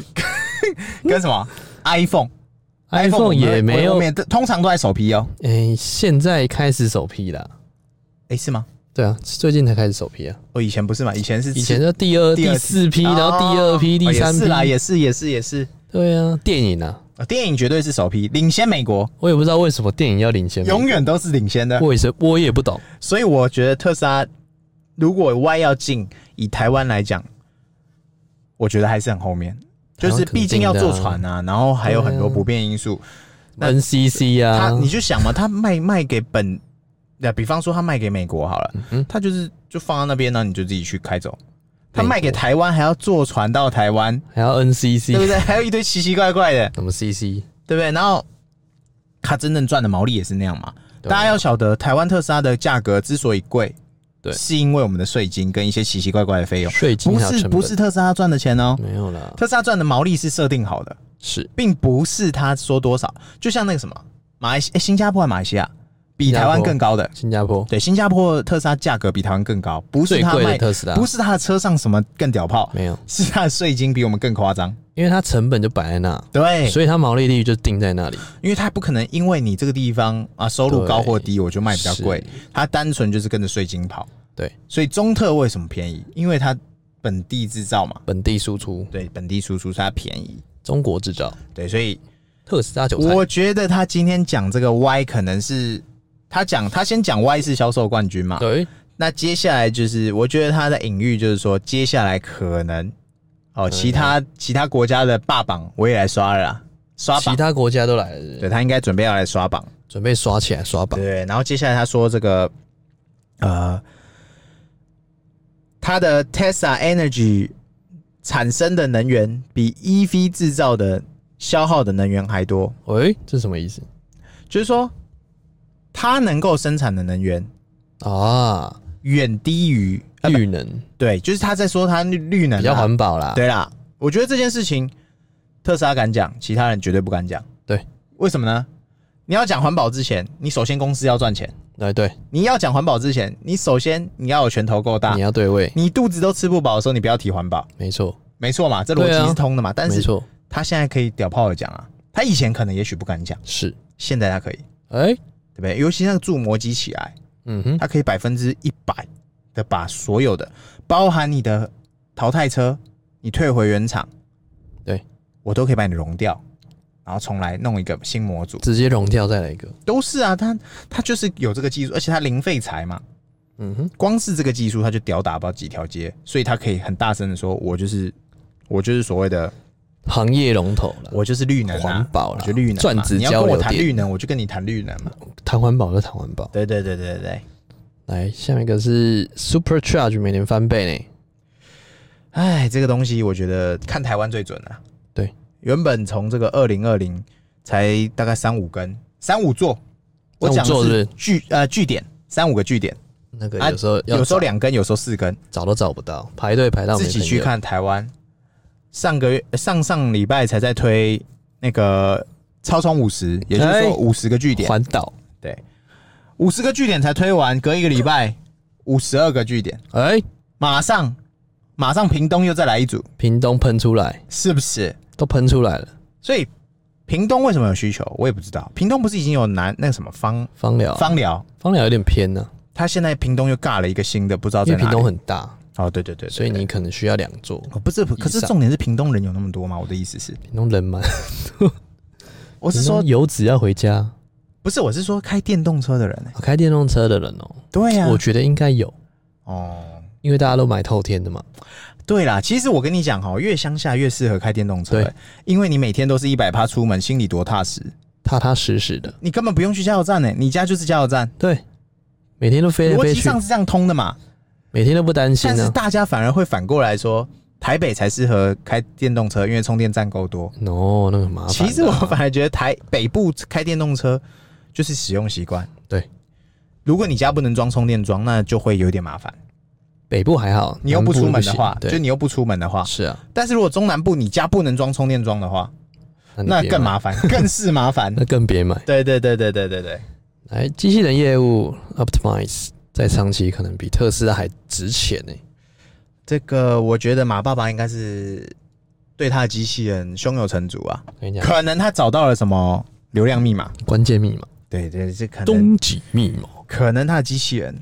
[SPEAKER 2] 跟什么 iPhone。
[SPEAKER 1] i p h o n e 也没有
[SPEAKER 2] 我，们通常都在首批哦。
[SPEAKER 1] 诶、现在开始首批啦。
[SPEAKER 2] 诶，是吗？哦
[SPEAKER 1] 对啊，最近才开始首批啊，
[SPEAKER 2] 我以前不是嘛，以前是
[SPEAKER 1] 以前就第二、
[SPEAKER 2] 第
[SPEAKER 1] 第
[SPEAKER 2] 二
[SPEAKER 1] 四批，
[SPEAKER 2] 哦
[SPEAKER 1] 然后第二批、
[SPEAKER 2] 哦
[SPEAKER 1] 第三
[SPEAKER 2] 也是啦，
[SPEAKER 1] 批，
[SPEAKER 2] 也是也是也是，
[SPEAKER 1] 对啊，电影啊，
[SPEAKER 2] 呃电影绝对是首批，领先美国，
[SPEAKER 1] 我也不知道为什么电影要领先美国，
[SPEAKER 2] 永远都是领先的。
[SPEAKER 1] 我也是，我也不懂，
[SPEAKER 2] 所以我觉得特斯拉如果 Y 要进，以台湾来讲，我觉得还是很后面，就是毕竟要坐船啊，然后还有很多不便因素。那
[SPEAKER 1] NCC
[SPEAKER 2] 他
[SPEAKER 1] 啊，
[SPEAKER 2] 你就想嘛，他卖卖给本，那比方说他卖给美国好了，
[SPEAKER 1] 嗯
[SPEAKER 2] 他就是就放在那边呢，你就自己去开走。他
[SPEAKER 1] 美国
[SPEAKER 2] 卖给台湾还要坐船到台湾，
[SPEAKER 1] 哎还要
[SPEAKER 2] 对
[SPEAKER 1] NCC
[SPEAKER 2] 不对？ (laughs) 还有一堆奇奇怪怪的，
[SPEAKER 1] 什么 CC，
[SPEAKER 2] 对不对？然后他真正赚的毛利也是那样嘛。
[SPEAKER 1] 对啊
[SPEAKER 2] 大家要晓得，台湾特斯拉的价格之所以贵，
[SPEAKER 1] 对
[SPEAKER 2] 是因为我们的税金跟一些奇奇怪怪的费用，
[SPEAKER 1] 税金
[SPEAKER 2] 不
[SPEAKER 1] 还有
[SPEAKER 2] 是
[SPEAKER 1] 成本嗯
[SPEAKER 2] 不是特斯拉赚的钱哦。
[SPEAKER 1] 没有啦，
[SPEAKER 2] 特斯拉赚的毛利是设定好的，
[SPEAKER 1] 是
[SPEAKER 2] 并不是他说多少。就像那个什么马来西、诶新加坡还是马来西亚比台湾更高的。
[SPEAKER 1] 新加坡
[SPEAKER 2] 对，新加坡的特斯拉价格比台湾更高，不是
[SPEAKER 1] 最
[SPEAKER 2] 它
[SPEAKER 1] 贵的
[SPEAKER 2] 卖，
[SPEAKER 1] 特斯拉，
[SPEAKER 2] 不是它的车上什么更屌炮，
[SPEAKER 1] 没有，
[SPEAKER 2] 是它的税金比我们更夸张。
[SPEAKER 1] 因为它成本就摆在那，
[SPEAKER 2] 对，
[SPEAKER 1] 所以它毛利率就定在那里，
[SPEAKER 2] 因为它不可能因为你这个地方啊收入高或低，我就卖比较贵
[SPEAKER 1] 是，，
[SPEAKER 2] 它单纯就是跟着税金跑。
[SPEAKER 1] 对，
[SPEAKER 2] 所以中特为什么便宜？因为它本地制造嘛，
[SPEAKER 1] 本地输出，
[SPEAKER 2] 对，本地输出所以它便宜。
[SPEAKER 1] 中国制造，
[SPEAKER 2] 对，所以
[SPEAKER 1] 特斯拉韭菜，
[SPEAKER 2] 我觉得他今天讲这个 Y 可能是他讲他先讲 Y 是销售冠军嘛，
[SPEAKER 1] 对，
[SPEAKER 2] 那接下来就是我觉得他的隐喻就是说，接下来可能哦，其他其他国家的霸榜我也来刷了啦，刷
[SPEAKER 1] 其
[SPEAKER 2] 榜，
[SPEAKER 1] 他国家都来了是不是，
[SPEAKER 2] 对他应该准备要来刷榜，
[SPEAKER 1] 准备刷起来刷榜，
[SPEAKER 2] 对，然后接下来他说这个呃，他的 Tesla Energy 产生的能源比 EV 制造的消耗的能源还多，
[SPEAKER 1] 喂，哎这是什么意思
[SPEAKER 2] 就是说，它能够生产的能源
[SPEAKER 1] 啊？
[SPEAKER 2] 远低于，呃
[SPEAKER 1] 绿能
[SPEAKER 2] 对，就是他在说它绿绿能、啊、
[SPEAKER 1] 比较环保啦，
[SPEAKER 2] 对啦，我觉得这件事情特斯拉敢讲，其他人绝对不敢讲。
[SPEAKER 1] 对，
[SPEAKER 2] 为什么呢？你要讲环保之前，你首先公司要赚钱；
[SPEAKER 1] 哎对，
[SPEAKER 2] 你要讲环保之前，你首先你要有拳头够大
[SPEAKER 1] 你。要对位，
[SPEAKER 2] 你肚子都吃不饱的时候，你不要提环保，
[SPEAKER 1] 没错，
[SPEAKER 2] 没错嘛，这逻
[SPEAKER 1] 对啊
[SPEAKER 2] 辑是通的嘛。但
[SPEAKER 1] 没
[SPEAKER 2] 是
[SPEAKER 1] 错，
[SPEAKER 2] 他现在可以屌炮的讲啊，他以前可能也许不敢讲，
[SPEAKER 1] 是，
[SPEAKER 2] 现在他可以，对
[SPEAKER 1] 哎，
[SPEAKER 2] 不对？尤其那个铸模机起来，
[SPEAKER 1] 嗯哼，
[SPEAKER 2] 它可以百分之一百的把所有的，包含你的淘汰车，你退回原厂，
[SPEAKER 1] 对
[SPEAKER 2] 我都可以把你融掉，然后重来弄一个新模组，
[SPEAKER 1] 直接融掉再来一个，
[SPEAKER 2] 都是啊，它它就是有这个技术，而且它零废材嘛，
[SPEAKER 1] 嗯哼，
[SPEAKER 2] 光是这个技术它就屌打不到几条街，所以它可以很大声的说，我就是我就是所谓的
[SPEAKER 1] 行业龙头了，
[SPEAKER 2] 我就是绿能、啊、
[SPEAKER 1] 环保啦
[SPEAKER 2] 我就绿能嘛，
[SPEAKER 1] 钻石
[SPEAKER 2] 你要跟
[SPEAKER 1] 交
[SPEAKER 2] 我
[SPEAKER 1] 流
[SPEAKER 2] 谈
[SPEAKER 1] 电
[SPEAKER 2] 绿能，我就跟你谈绿能嘛，
[SPEAKER 1] 谈环保就谈环保。
[SPEAKER 2] 对对对对对对，
[SPEAKER 1] 来，下面一个是 Supercharge 每年翻倍呢，
[SPEAKER 2] 哎，这个东西我觉得看台湾最准了、
[SPEAKER 1] 对，
[SPEAKER 2] 原本从这个二零二零才大概三五根，三五座，我讲
[SPEAKER 1] 三五座
[SPEAKER 2] 的
[SPEAKER 1] 是
[SPEAKER 2] 是据呃据点，三五个据点，
[SPEAKER 1] 那个
[SPEAKER 2] 啊
[SPEAKER 1] 有时候要
[SPEAKER 2] 有时候
[SPEAKER 1] 找
[SPEAKER 2] 两根，有时候四根，
[SPEAKER 1] 找都找不到，排队排到没
[SPEAKER 2] 自己
[SPEAKER 1] 朋
[SPEAKER 2] 去
[SPEAKER 1] 友，
[SPEAKER 2] 看台湾。上个月呃上上礼拜才在推那个超充五十，也就是
[SPEAKER 1] 哎
[SPEAKER 2] 说五十个据点，
[SPEAKER 1] 环岛，
[SPEAKER 2] 对，五十个据点才推完，隔一个礼
[SPEAKER 1] (laughs)
[SPEAKER 2] 拜五十二个据点，
[SPEAKER 1] 哎、
[SPEAKER 2] 马上马上屏东又再来一组，
[SPEAKER 1] 屏东喷出来，
[SPEAKER 2] 是不是？
[SPEAKER 1] 都喷出来了，
[SPEAKER 2] 所以屏东为什么有需求，我也不知道。屏东不是已经有南那个什么方
[SPEAKER 1] 芳疗，
[SPEAKER 2] 方疗，
[SPEAKER 1] 芳疗有点偏呢、
[SPEAKER 2] 他现在屏东又尬了一个新的，不知道
[SPEAKER 1] 因
[SPEAKER 2] 在
[SPEAKER 1] 为
[SPEAKER 2] 哪
[SPEAKER 1] 屏
[SPEAKER 2] 里。
[SPEAKER 1] 东很大，
[SPEAKER 2] 哦，对对对对
[SPEAKER 1] 所以
[SPEAKER 2] 对
[SPEAKER 1] 你可能需要两座。
[SPEAKER 2] 哦不是，可是
[SPEAKER 1] 以上
[SPEAKER 2] 重点是屏东人有那么多吗？我的意思是，
[SPEAKER 1] 屏东人 (laughs) 嘛，
[SPEAKER 2] 我
[SPEAKER 1] 我
[SPEAKER 2] 是说，
[SPEAKER 1] 游子要回家，
[SPEAKER 2] 不是，我是说开电动车的人、欸。
[SPEAKER 1] 啊开电动车的人哦、
[SPEAKER 2] 对啊呀、
[SPEAKER 1] 我觉得应该有，
[SPEAKER 2] 哦，
[SPEAKER 1] 因为大家都买透天的嘛。
[SPEAKER 2] 对啦，其实我跟你讲哈，越乡下越适合开电动车、
[SPEAKER 1] 对
[SPEAKER 2] 欸因为你每天都是一百趴出门，心里多踏实，
[SPEAKER 1] 踏踏实实的，
[SPEAKER 2] 你根本不用去加油站呢、欸你家就是加油站，
[SPEAKER 1] 对，每天都飞来
[SPEAKER 2] 逻
[SPEAKER 1] 飞去，
[SPEAKER 2] 辑上是这样通的嘛。
[SPEAKER 1] 每天都不担心
[SPEAKER 2] 但是
[SPEAKER 1] 啊。
[SPEAKER 2] 大家反而会反过来说，台北才适合开电动车，因为充电站够多。
[SPEAKER 1] no，那个很麻烦的啊。
[SPEAKER 2] 其实我反而觉得台北部开电动车就是使用习惯。
[SPEAKER 1] 对，
[SPEAKER 2] 如果你家不能装充电桩，那就会有点麻烦。
[SPEAKER 1] 北部还好，
[SPEAKER 2] 你又
[SPEAKER 1] 南
[SPEAKER 2] 不
[SPEAKER 1] 部
[SPEAKER 2] 出门的话
[SPEAKER 1] 行，
[SPEAKER 2] 就
[SPEAKER 1] 对，
[SPEAKER 2] 你又不出门的话，
[SPEAKER 1] 是啊，
[SPEAKER 2] 但是如果中南部你家不能装充电桩的话，
[SPEAKER 1] 你
[SPEAKER 2] 那
[SPEAKER 1] 别
[SPEAKER 2] 更
[SPEAKER 1] 买，
[SPEAKER 2] 麻烦，
[SPEAKER 1] (laughs)
[SPEAKER 2] 更是麻烦。
[SPEAKER 1] 那更别买。
[SPEAKER 2] 对对对对对对对，
[SPEAKER 1] 来，机器人业务 Optimize 在长期可能比特斯拉还值钱呢、
[SPEAKER 2] 这个我觉得马爸爸应该是对他的机器人胸有成竹啊，
[SPEAKER 1] 我跟你讲，
[SPEAKER 2] 可能他找到了什么流量密码。
[SPEAKER 1] 关键密码、
[SPEAKER 2] 对对，这可能
[SPEAKER 1] 终极密码，
[SPEAKER 2] 可能他的机器人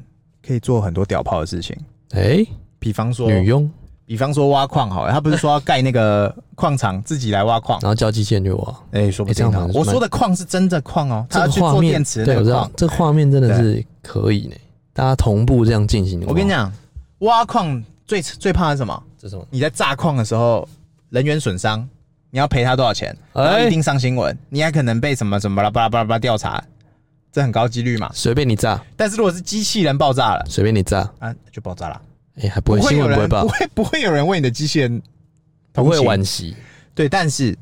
[SPEAKER 2] 可以做很多屌炮的事情，
[SPEAKER 1] 哎、
[SPEAKER 2] 比方说，
[SPEAKER 1] 女佣，
[SPEAKER 2] 比方说挖矿好了，他不是说要盖那
[SPEAKER 1] (laughs)
[SPEAKER 2] 个矿场，自己来挖矿？
[SPEAKER 1] 然后叫机器人就挖。
[SPEAKER 2] 哎、说不
[SPEAKER 1] 哎这
[SPEAKER 2] 定
[SPEAKER 1] 样
[SPEAKER 2] 啊、
[SPEAKER 1] 蛮
[SPEAKER 2] 我说的矿是真的矿哦，
[SPEAKER 1] 这
[SPEAKER 2] 他要
[SPEAKER 1] 个
[SPEAKER 2] 去
[SPEAKER 1] 画
[SPEAKER 2] 做电
[SPEAKER 1] 面
[SPEAKER 2] 池，的
[SPEAKER 1] 对，
[SPEAKER 2] 那
[SPEAKER 1] 我知
[SPEAKER 2] 个
[SPEAKER 1] 道
[SPEAKER 2] 矿。
[SPEAKER 1] 这个画面真的是可以呢、大家同步这样进行的话。
[SPEAKER 2] 我跟你讲，挖矿最最怕的是什么？
[SPEAKER 1] 这是什么？
[SPEAKER 2] 你在炸矿的时候人员损伤，你要赔他多少钱？然后
[SPEAKER 1] 哎
[SPEAKER 2] 一定上新闻，你还可能被什么什么巴拉巴拉巴拉巴拉调查，这很高几率嘛。
[SPEAKER 1] 随便你炸，
[SPEAKER 2] 但是如果是机器人爆炸了
[SPEAKER 1] 随便你炸，
[SPEAKER 2] 啊，就爆炸了，
[SPEAKER 1] 哎、还不会新
[SPEAKER 2] 有
[SPEAKER 1] 闻不会
[SPEAKER 2] 人
[SPEAKER 1] 报
[SPEAKER 2] 不，会不会有人为你的机器人
[SPEAKER 1] (laughs) 不
[SPEAKER 2] 同
[SPEAKER 1] 会
[SPEAKER 2] 情
[SPEAKER 1] 惋惜。
[SPEAKER 2] 对，但是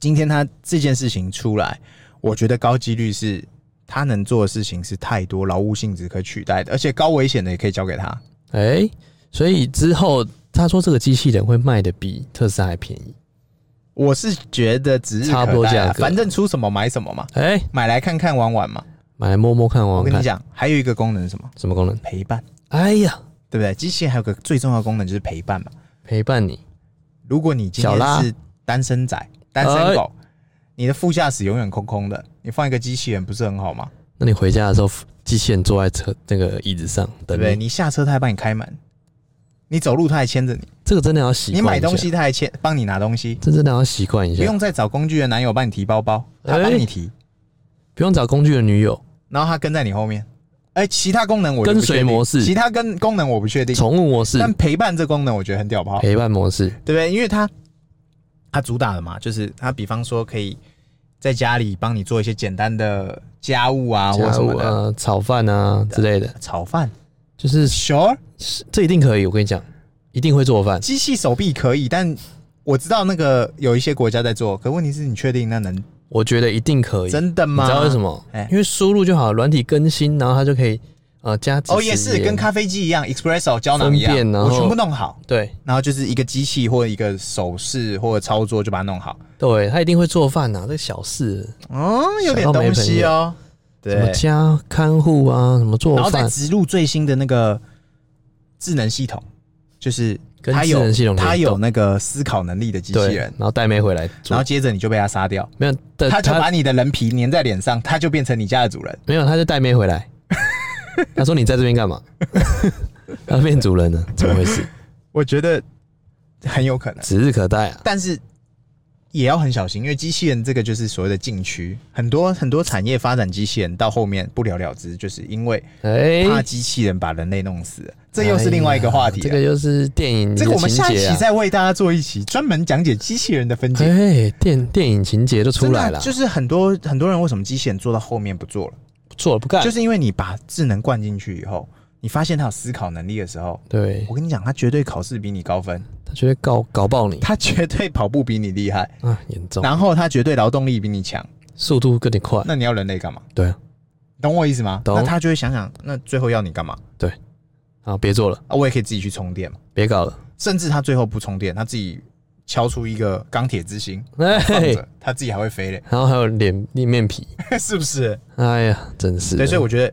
[SPEAKER 2] 今天他这件事情出来，我觉得高几率是他能做的事情是太多劳务性质可取代的，而且高危险的也可以交给他。
[SPEAKER 1] 哎、所以之后他说这个机器人会卖的比特斯拉还便宜。
[SPEAKER 2] 我是觉得指日可待啊
[SPEAKER 1] 差不多价格
[SPEAKER 2] 反正出什么买什么嘛，
[SPEAKER 1] 哎、
[SPEAKER 2] 买来看看玩玩嘛。
[SPEAKER 1] 买来摸摸看
[SPEAKER 2] 我
[SPEAKER 1] 玩玩
[SPEAKER 2] 跟你
[SPEAKER 1] 看，
[SPEAKER 2] 讲，还有一个功能是什么？
[SPEAKER 1] 什么功能？
[SPEAKER 2] 陪伴，
[SPEAKER 1] 哎呀，
[SPEAKER 2] 对不对？机器人还有个最重要的功能就是陪伴嘛。
[SPEAKER 1] 陪伴你，
[SPEAKER 2] 如果你今
[SPEAKER 1] 小拉哎
[SPEAKER 2] 天是单身仔、单身狗，你的副驾驶永远空空的，你放一个机器人不是很好吗？
[SPEAKER 1] 那你回家的时候，机器人坐在车那个椅子上
[SPEAKER 2] 对
[SPEAKER 1] 等
[SPEAKER 2] 不对？
[SPEAKER 1] 你，
[SPEAKER 2] 你下车它还帮你开门，你走路它还牵着你，
[SPEAKER 1] 这个真的要习
[SPEAKER 2] 你
[SPEAKER 1] 惯。
[SPEAKER 2] 买东，西它还牵帮你拿东西，
[SPEAKER 1] 这真的要习惯一
[SPEAKER 2] 不
[SPEAKER 1] 下，
[SPEAKER 2] 用再找工具人男友帮你提包包，
[SPEAKER 1] 哎
[SPEAKER 2] 它帮你提，
[SPEAKER 1] 不用找工具的女友，
[SPEAKER 2] 然后它跟在你后面。哎，其他功能我就不确定
[SPEAKER 1] 跟随模式
[SPEAKER 2] 其他跟功能我不确定，
[SPEAKER 1] 宠物模式、
[SPEAKER 2] 但陪伴这功能我觉得很屌炮。
[SPEAKER 1] 陪伴模式，
[SPEAKER 2] 对不对？因为它它主打的嘛，就是它比方说可以在家里帮你做一些简单的家务啊，或者
[SPEAKER 1] 家
[SPEAKER 2] 什么
[SPEAKER 1] 务
[SPEAKER 2] 的、
[SPEAKER 1] 啊、炒饭啊之类的，
[SPEAKER 2] 炒饭。
[SPEAKER 1] 就是
[SPEAKER 2] ，sure，
[SPEAKER 1] 这一定可以。我跟你讲，一定会做饭。
[SPEAKER 2] 机器手臂可以，但我知道那个有一些国家在做，可问题是你确定那能
[SPEAKER 1] 我觉得一定可以。
[SPEAKER 2] 真的
[SPEAKER 1] 你
[SPEAKER 2] 吗？
[SPEAKER 1] 知道为什？么
[SPEAKER 2] 哎？
[SPEAKER 1] 因为输入就好，软体更新，然后它就可以呃加几十
[SPEAKER 2] 哦，也是
[SPEAKER 1] 页
[SPEAKER 2] 跟咖啡机一样，espresso 胶囊一
[SPEAKER 1] 分辨
[SPEAKER 2] 样，
[SPEAKER 1] 啊然
[SPEAKER 2] 我
[SPEAKER 1] 后
[SPEAKER 2] 全部弄好，
[SPEAKER 1] 对
[SPEAKER 2] 然后就是一个机器或一个手势或者操作就把它弄好。
[SPEAKER 1] 对，它一定会做饭呐、啊，这小事，
[SPEAKER 2] 嗯，有点
[SPEAKER 1] 想到没
[SPEAKER 2] 东西哦。
[SPEAKER 1] 什么
[SPEAKER 2] 对，
[SPEAKER 1] 家看护啊，什么做
[SPEAKER 2] 然后再
[SPEAKER 1] 饭，
[SPEAKER 2] 植入最新的那个智能系统，就是
[SPEAKER 1] 跟
[SPEAKER 2] 它
[SPEAKER 1] 智能
[SPEAKER 2] 有
[SPEAKER 1] 系统联动
[SPEAKER 2] 它有那个思考能力的机器
[SPEAKER 1] 对，
[SPEAKER 2] 人
[SPEAKER 1] 然，后带妹回来
[SPEAKER 2] 然
[SPEAKER 1] 做
[SPEAKER 2] 后，接着你就被它杀掉，
[SPEAKER 1] 没有，但
[SPEAKER 2] 它就
[SPEAKER 1] 他
[SPEAKER 2] 把你的人皮粘在脸上，它就变成你家的主人。
[SPEAKER 1] 没有，他就带妹回
[SPEAKER 2] (laughs)
[SPEAKER 1] 来。他说：“你在这边干嘛？”他变主人了，怎么回事？
[SPEAKER 2] 我觉得很有可能，
[SPEAKER 1] 指日可待啊！
[SPEAKER 2] 但是也要很小心，因为机器人这个就是所谓的禁区，很多很多产业发展机器人到后面不了了之，就是因为
[SPEAKER 1] 哎、
[SPEAKER 2] 怕机器人把人类弄死了，这又是另外一个话题
[SPEAKER 1] 哎
[SPEAKER 2] 了
[SPEAKER 1] 呀这个又是电影的
[SPEAKER 2] 这个我们
[SPEAKER 1] 情
[SPEAKER 2] 下一
[SPEAKER 1] 节
[SPEAKER 2] 期
[SPEAKER 1] 啊。
[SPEAKER 2] 再为大家做一期专门讲解机器人的分解。
[SPEAKER 1] 哎、电电影情节都出
[SPEAKER 2] 真的啊
[SPEAKER 1] 来了，
[SPEAKER 2] 就是很多很多人为什么机器人做到后面不做了，
[SPEAKER 1] 做了不干，
[SPEAKER 2] 就是因为你把智能灌进去以后，你发现它有思考能力的时候，
[SPEAKER 1] 对
[SPEAKER 2] 我跟你讲，它绝对考试比你
[SPEAKER 1] (laughs)
[SPEAKER 2] 高分，
[SPEAKER 1] 他就会搞搞爆你
[SPEAKER 2] 它绝对跑步比你厉害，
[SPEAKER 1] 啊，严重，
[SPEAKER 2] 然后它绝对劳动力比你强，
[SPEAKER 1] 速度更你快，
[SPEAKER 2] 那你要人类干嘛？
[SPEAKER 1] 对啊，
[SPEAKER 2] 懂我意思吗？
[SPEAKER 1] 懂
[SPEAKER 2] 那他就会想想，那最后要你干嘛？
[SPEAKER 1] 啊，别做了，
[SPEAKER 2] 啊，我也可以自己去充电嘛，
[SPEAKER 1] 别搞了，
[SPEAKER 2] 甚至他最后不充电，他自己敲出一个钢铁
[SPEAKER 1] (laughs)
[SPEAKER 2] 之心
[SPEAKER 1] 哎、
[SPEAKER 2] 放着，他自己还会飞嘞，
[SPEAKER 1] 然后还有脸面皮，
[SPEAKER 2] (laughs) 是不是？
[SPEAKER 1] 哎呀，真是的，
[SPEAKER 2] 对，所以我觉得，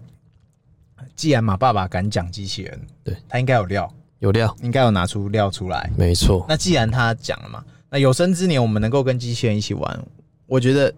[SPEAKER 2] 既然马爸爸敢讲机器人，
[SPEAKER 1] 对
[SPEAKER 2] 他应该有料，
[SPEAKER 1] 有料，
[SPEAKER 2] 应该有拿出料出来。
[SPEAKER 1] 没错，
[SPEAKER 2] 那既然他讲了嘛，那有生之年我们能够跟机器人一起玩，我觉得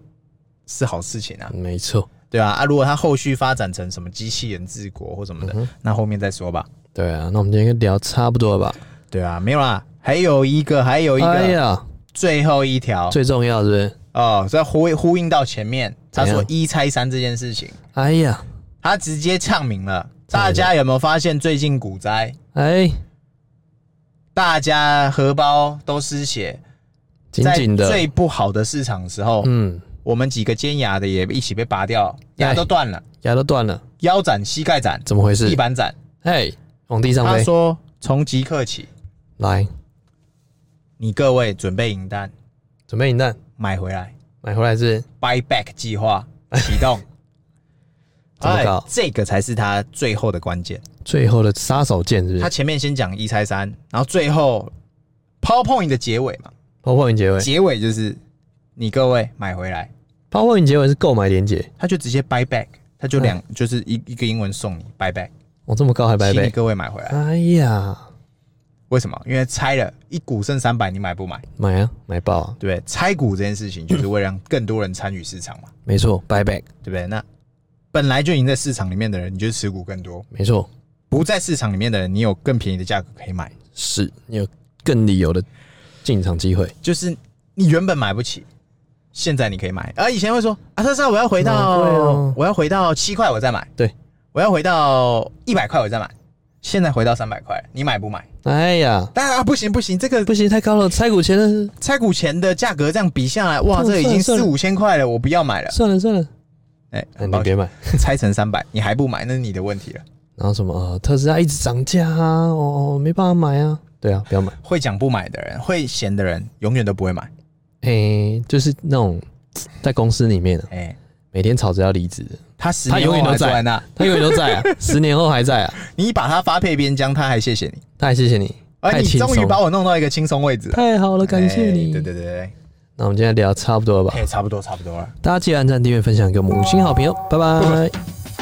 [SPEAKER 2] 是好事情啊，
[SPEAKER 1] 没错，
[SPEAKER 2] 对啊，啊，如果他后续发展成什么机器人治国或什么的，
[SPEAKER 1] 嗯哼
[SPEAKER 2] 那后面再说吧。
[SPEAKER 1] 对啊，那我们今天聊差不多了吧？
[SPEAKER 2] 对啊，没有啦，还有一个，还有一个，
[SPEAKER 1] 哎呀，
[SPEAKER 2] 最后一条
[SPEAKER 1] 最重要是不是？
[SPEAKER 2] 哦，这呼呼应到前面他
[SPEAKER 1] 怎
[SPEAKER 2] 说
[SPEAKER 1] 样
[SPEAKER 2] 一拆三这件事情，
[SPEAKER 1] 哎呀，
[SPEAKER 2] 他直接唱明了。
[SPEAKER 1] 唱明
[SPEAKER 2] 大
[SPEAKER 1] 了
[SPEAKER 2] 家有没有发现最近股灾？
[SPEAKER 1] 哎，
[SPEAKER 2] 大家荷包都失血，
[SPEAKER 1] 紧紧
[SPEAKER 2] 在
[SPEAKER 1] 的，
[SPEAKER 2] 最不好的市场的时候，
[SPEAKER 1] 嗯，
[SPEAKER 2] 我们几个尖牙的也一起被拔掉，牙都断了，
[SPEAKER 1] 牙都断了，
[SPEAKER 2] 腰斩、膝盖斩、
[SPEAKER 1] 怎么回
[SPEAKER 2] 地
[SPEAKER 1] 事？
[SPEAKER 2] 板斩。
[SPEAKER 1] 哎，往地上
[SPEAKER 2] 他
[SPEAKER 1] 飞，
[SPEAKER 2] 说，从即刻起，
[SPEAKER 1] 来，
[SPEAKER 2] 你各位准备银弹
[SPEAKER 1] 准备银弹，
[SPEAKER 2] 买回来
[SPEAKER 1] 买回来是
[SPEAKER 2] ，buy back 计划启动。哎
[SPEAKER 1] 怎么搞
[SPEAKER 2] 这个才是他最后的关键。
[SPEAKER 1] 最后的杀手锏，是不
[SPEAKER 2] 他
[SPEAKER 1] 是？
[SPEAKER 2] 前面先讲一拆三，然后最后 PowerPoint 的结尾嘛，
[SPEAKER 1] 抛破云结尾，
[SPEAKER 2] 结尾就是你各位买回来，
[SPEAKER 1] 抛破云结尾是购买连结，
[SPEAKER 2] 他就直接 buy back，他就两、就是一一个英文送你 buy back，
[SPEAKER 1] 我哦这么高还拜
[SPEAKER 2] 请你
[SPEAKER 1] 拜，
[SPEAKER 2] 各位买回来。
[SPEAKER 1] 哎呀，
[SPEAKER 2] 为什么？因为拆了一股剩三百，你买不买？
[SPEAKER 1] 买啊，买爆啊，
[SPEAKER 2] 对不对？拆股这件事情就是为了让更多人参与市场嘛，
[SPEAKER 1] 没错，拜拜，
[SPEAKER 2] 对不对？那本来就已经在市场里面的人，你就持股更多；
[SPEAKER 1] 没错，
[SPEAKER 2] 不在市场里面的人，你有更便宜的价格可以买。
[SPEAKER 1] 是你有更理由的进场机会，
[SPEAKER 2] 就是你原本买不起，现在你可以买。而以前会说啊，特斯拉我要回到、
[SPEAKER 1] 好贵哦
[SPEAKER 2] 我要回到七块我再买，
[SPEAKER 1] 对，
[SPEAKER 2] 我要回到一百块我再买。现在回到三百块，你买不买？
[SPEAKER 1] 哎呀，
[SPEAKER 2] 当然、啊、不行不行，这个
[SPEAKER 1] 不行，太高了，拆股前的，
[SPEAKER 2] 拆股前的价格这样比下来，哇，
[SPEAKER 1] 算了
[SPEAKER 2] 这已经
[SPEAKER 1] 算
[SPEAKER 2] 四
[SPEAKER 1] 了
[SPEAKER 2] 五千块了，我不要买了。
[SPEAKER 1] 算了算了，
[SPEAKER 2] 哎、
[SPEAKER 1] 哎，
[SPEAKER 2] 很
[SPEAKER 1] 你
[SPEAKER 2] 抱歉，
[SPEAKER 1] 别买。
[SPEAKER 2] 拆成三百，你还不买，那是你的问题了。
[SPEAKER 1] 然后什么呃，特斯拉一直涨价啊，哦哦，没办法买啊，对啊，不要买。
[SPEAKER 2] 会讲不买的人，会闲的人，永远都不会买。
[SPEAKER 1] 诶、哎就是那种在公司里面、啊、
[SPEAKER 2] 哎、
[SPEAKER 1] 每天吵着要离职的，
[SPEAKER 2] 他十
[SPEAKER 1] 他
[SPEAKER 2] 年
[SPEAKER 1] 永远
[SPEAKER 2] 后
[SPEAKER 1] 都
[SPEAKER 2] 还坐
[SPEAKER 1] 在
[SPEAKER 2] 在那，
[SPEAKER 1] 他永远都在啊，十年后还在啊，
[SPEAKER 2] 你把他发配边疆，他还谢谢你。
[SPEAKER 1] 太谢谢你，
[SPEAKER 2] 而
[SPEAKER 1] 太
[SPEAKER 2] 哎你
[SPEAKER 1] 轻
[SPEAKER 2] 终于
[SPEAKER 1] 松，
[SPEAKER 2] 把我弄到一个轻松位置了。
[SPEAKER 1] 太好了，感谢
[SPEAKER 2] 哎
[SPEAKER 1] 你。
[SPEAKER 2] 对对对对，
[SPEAKER 1] 那我们今天聊得差不多了吧？
[SPEAKER 2] 哎、差不多差不多了。
[SPEAKER 1] 大家记得按赞、订阅、分享给我们五星好评哦，拜拜。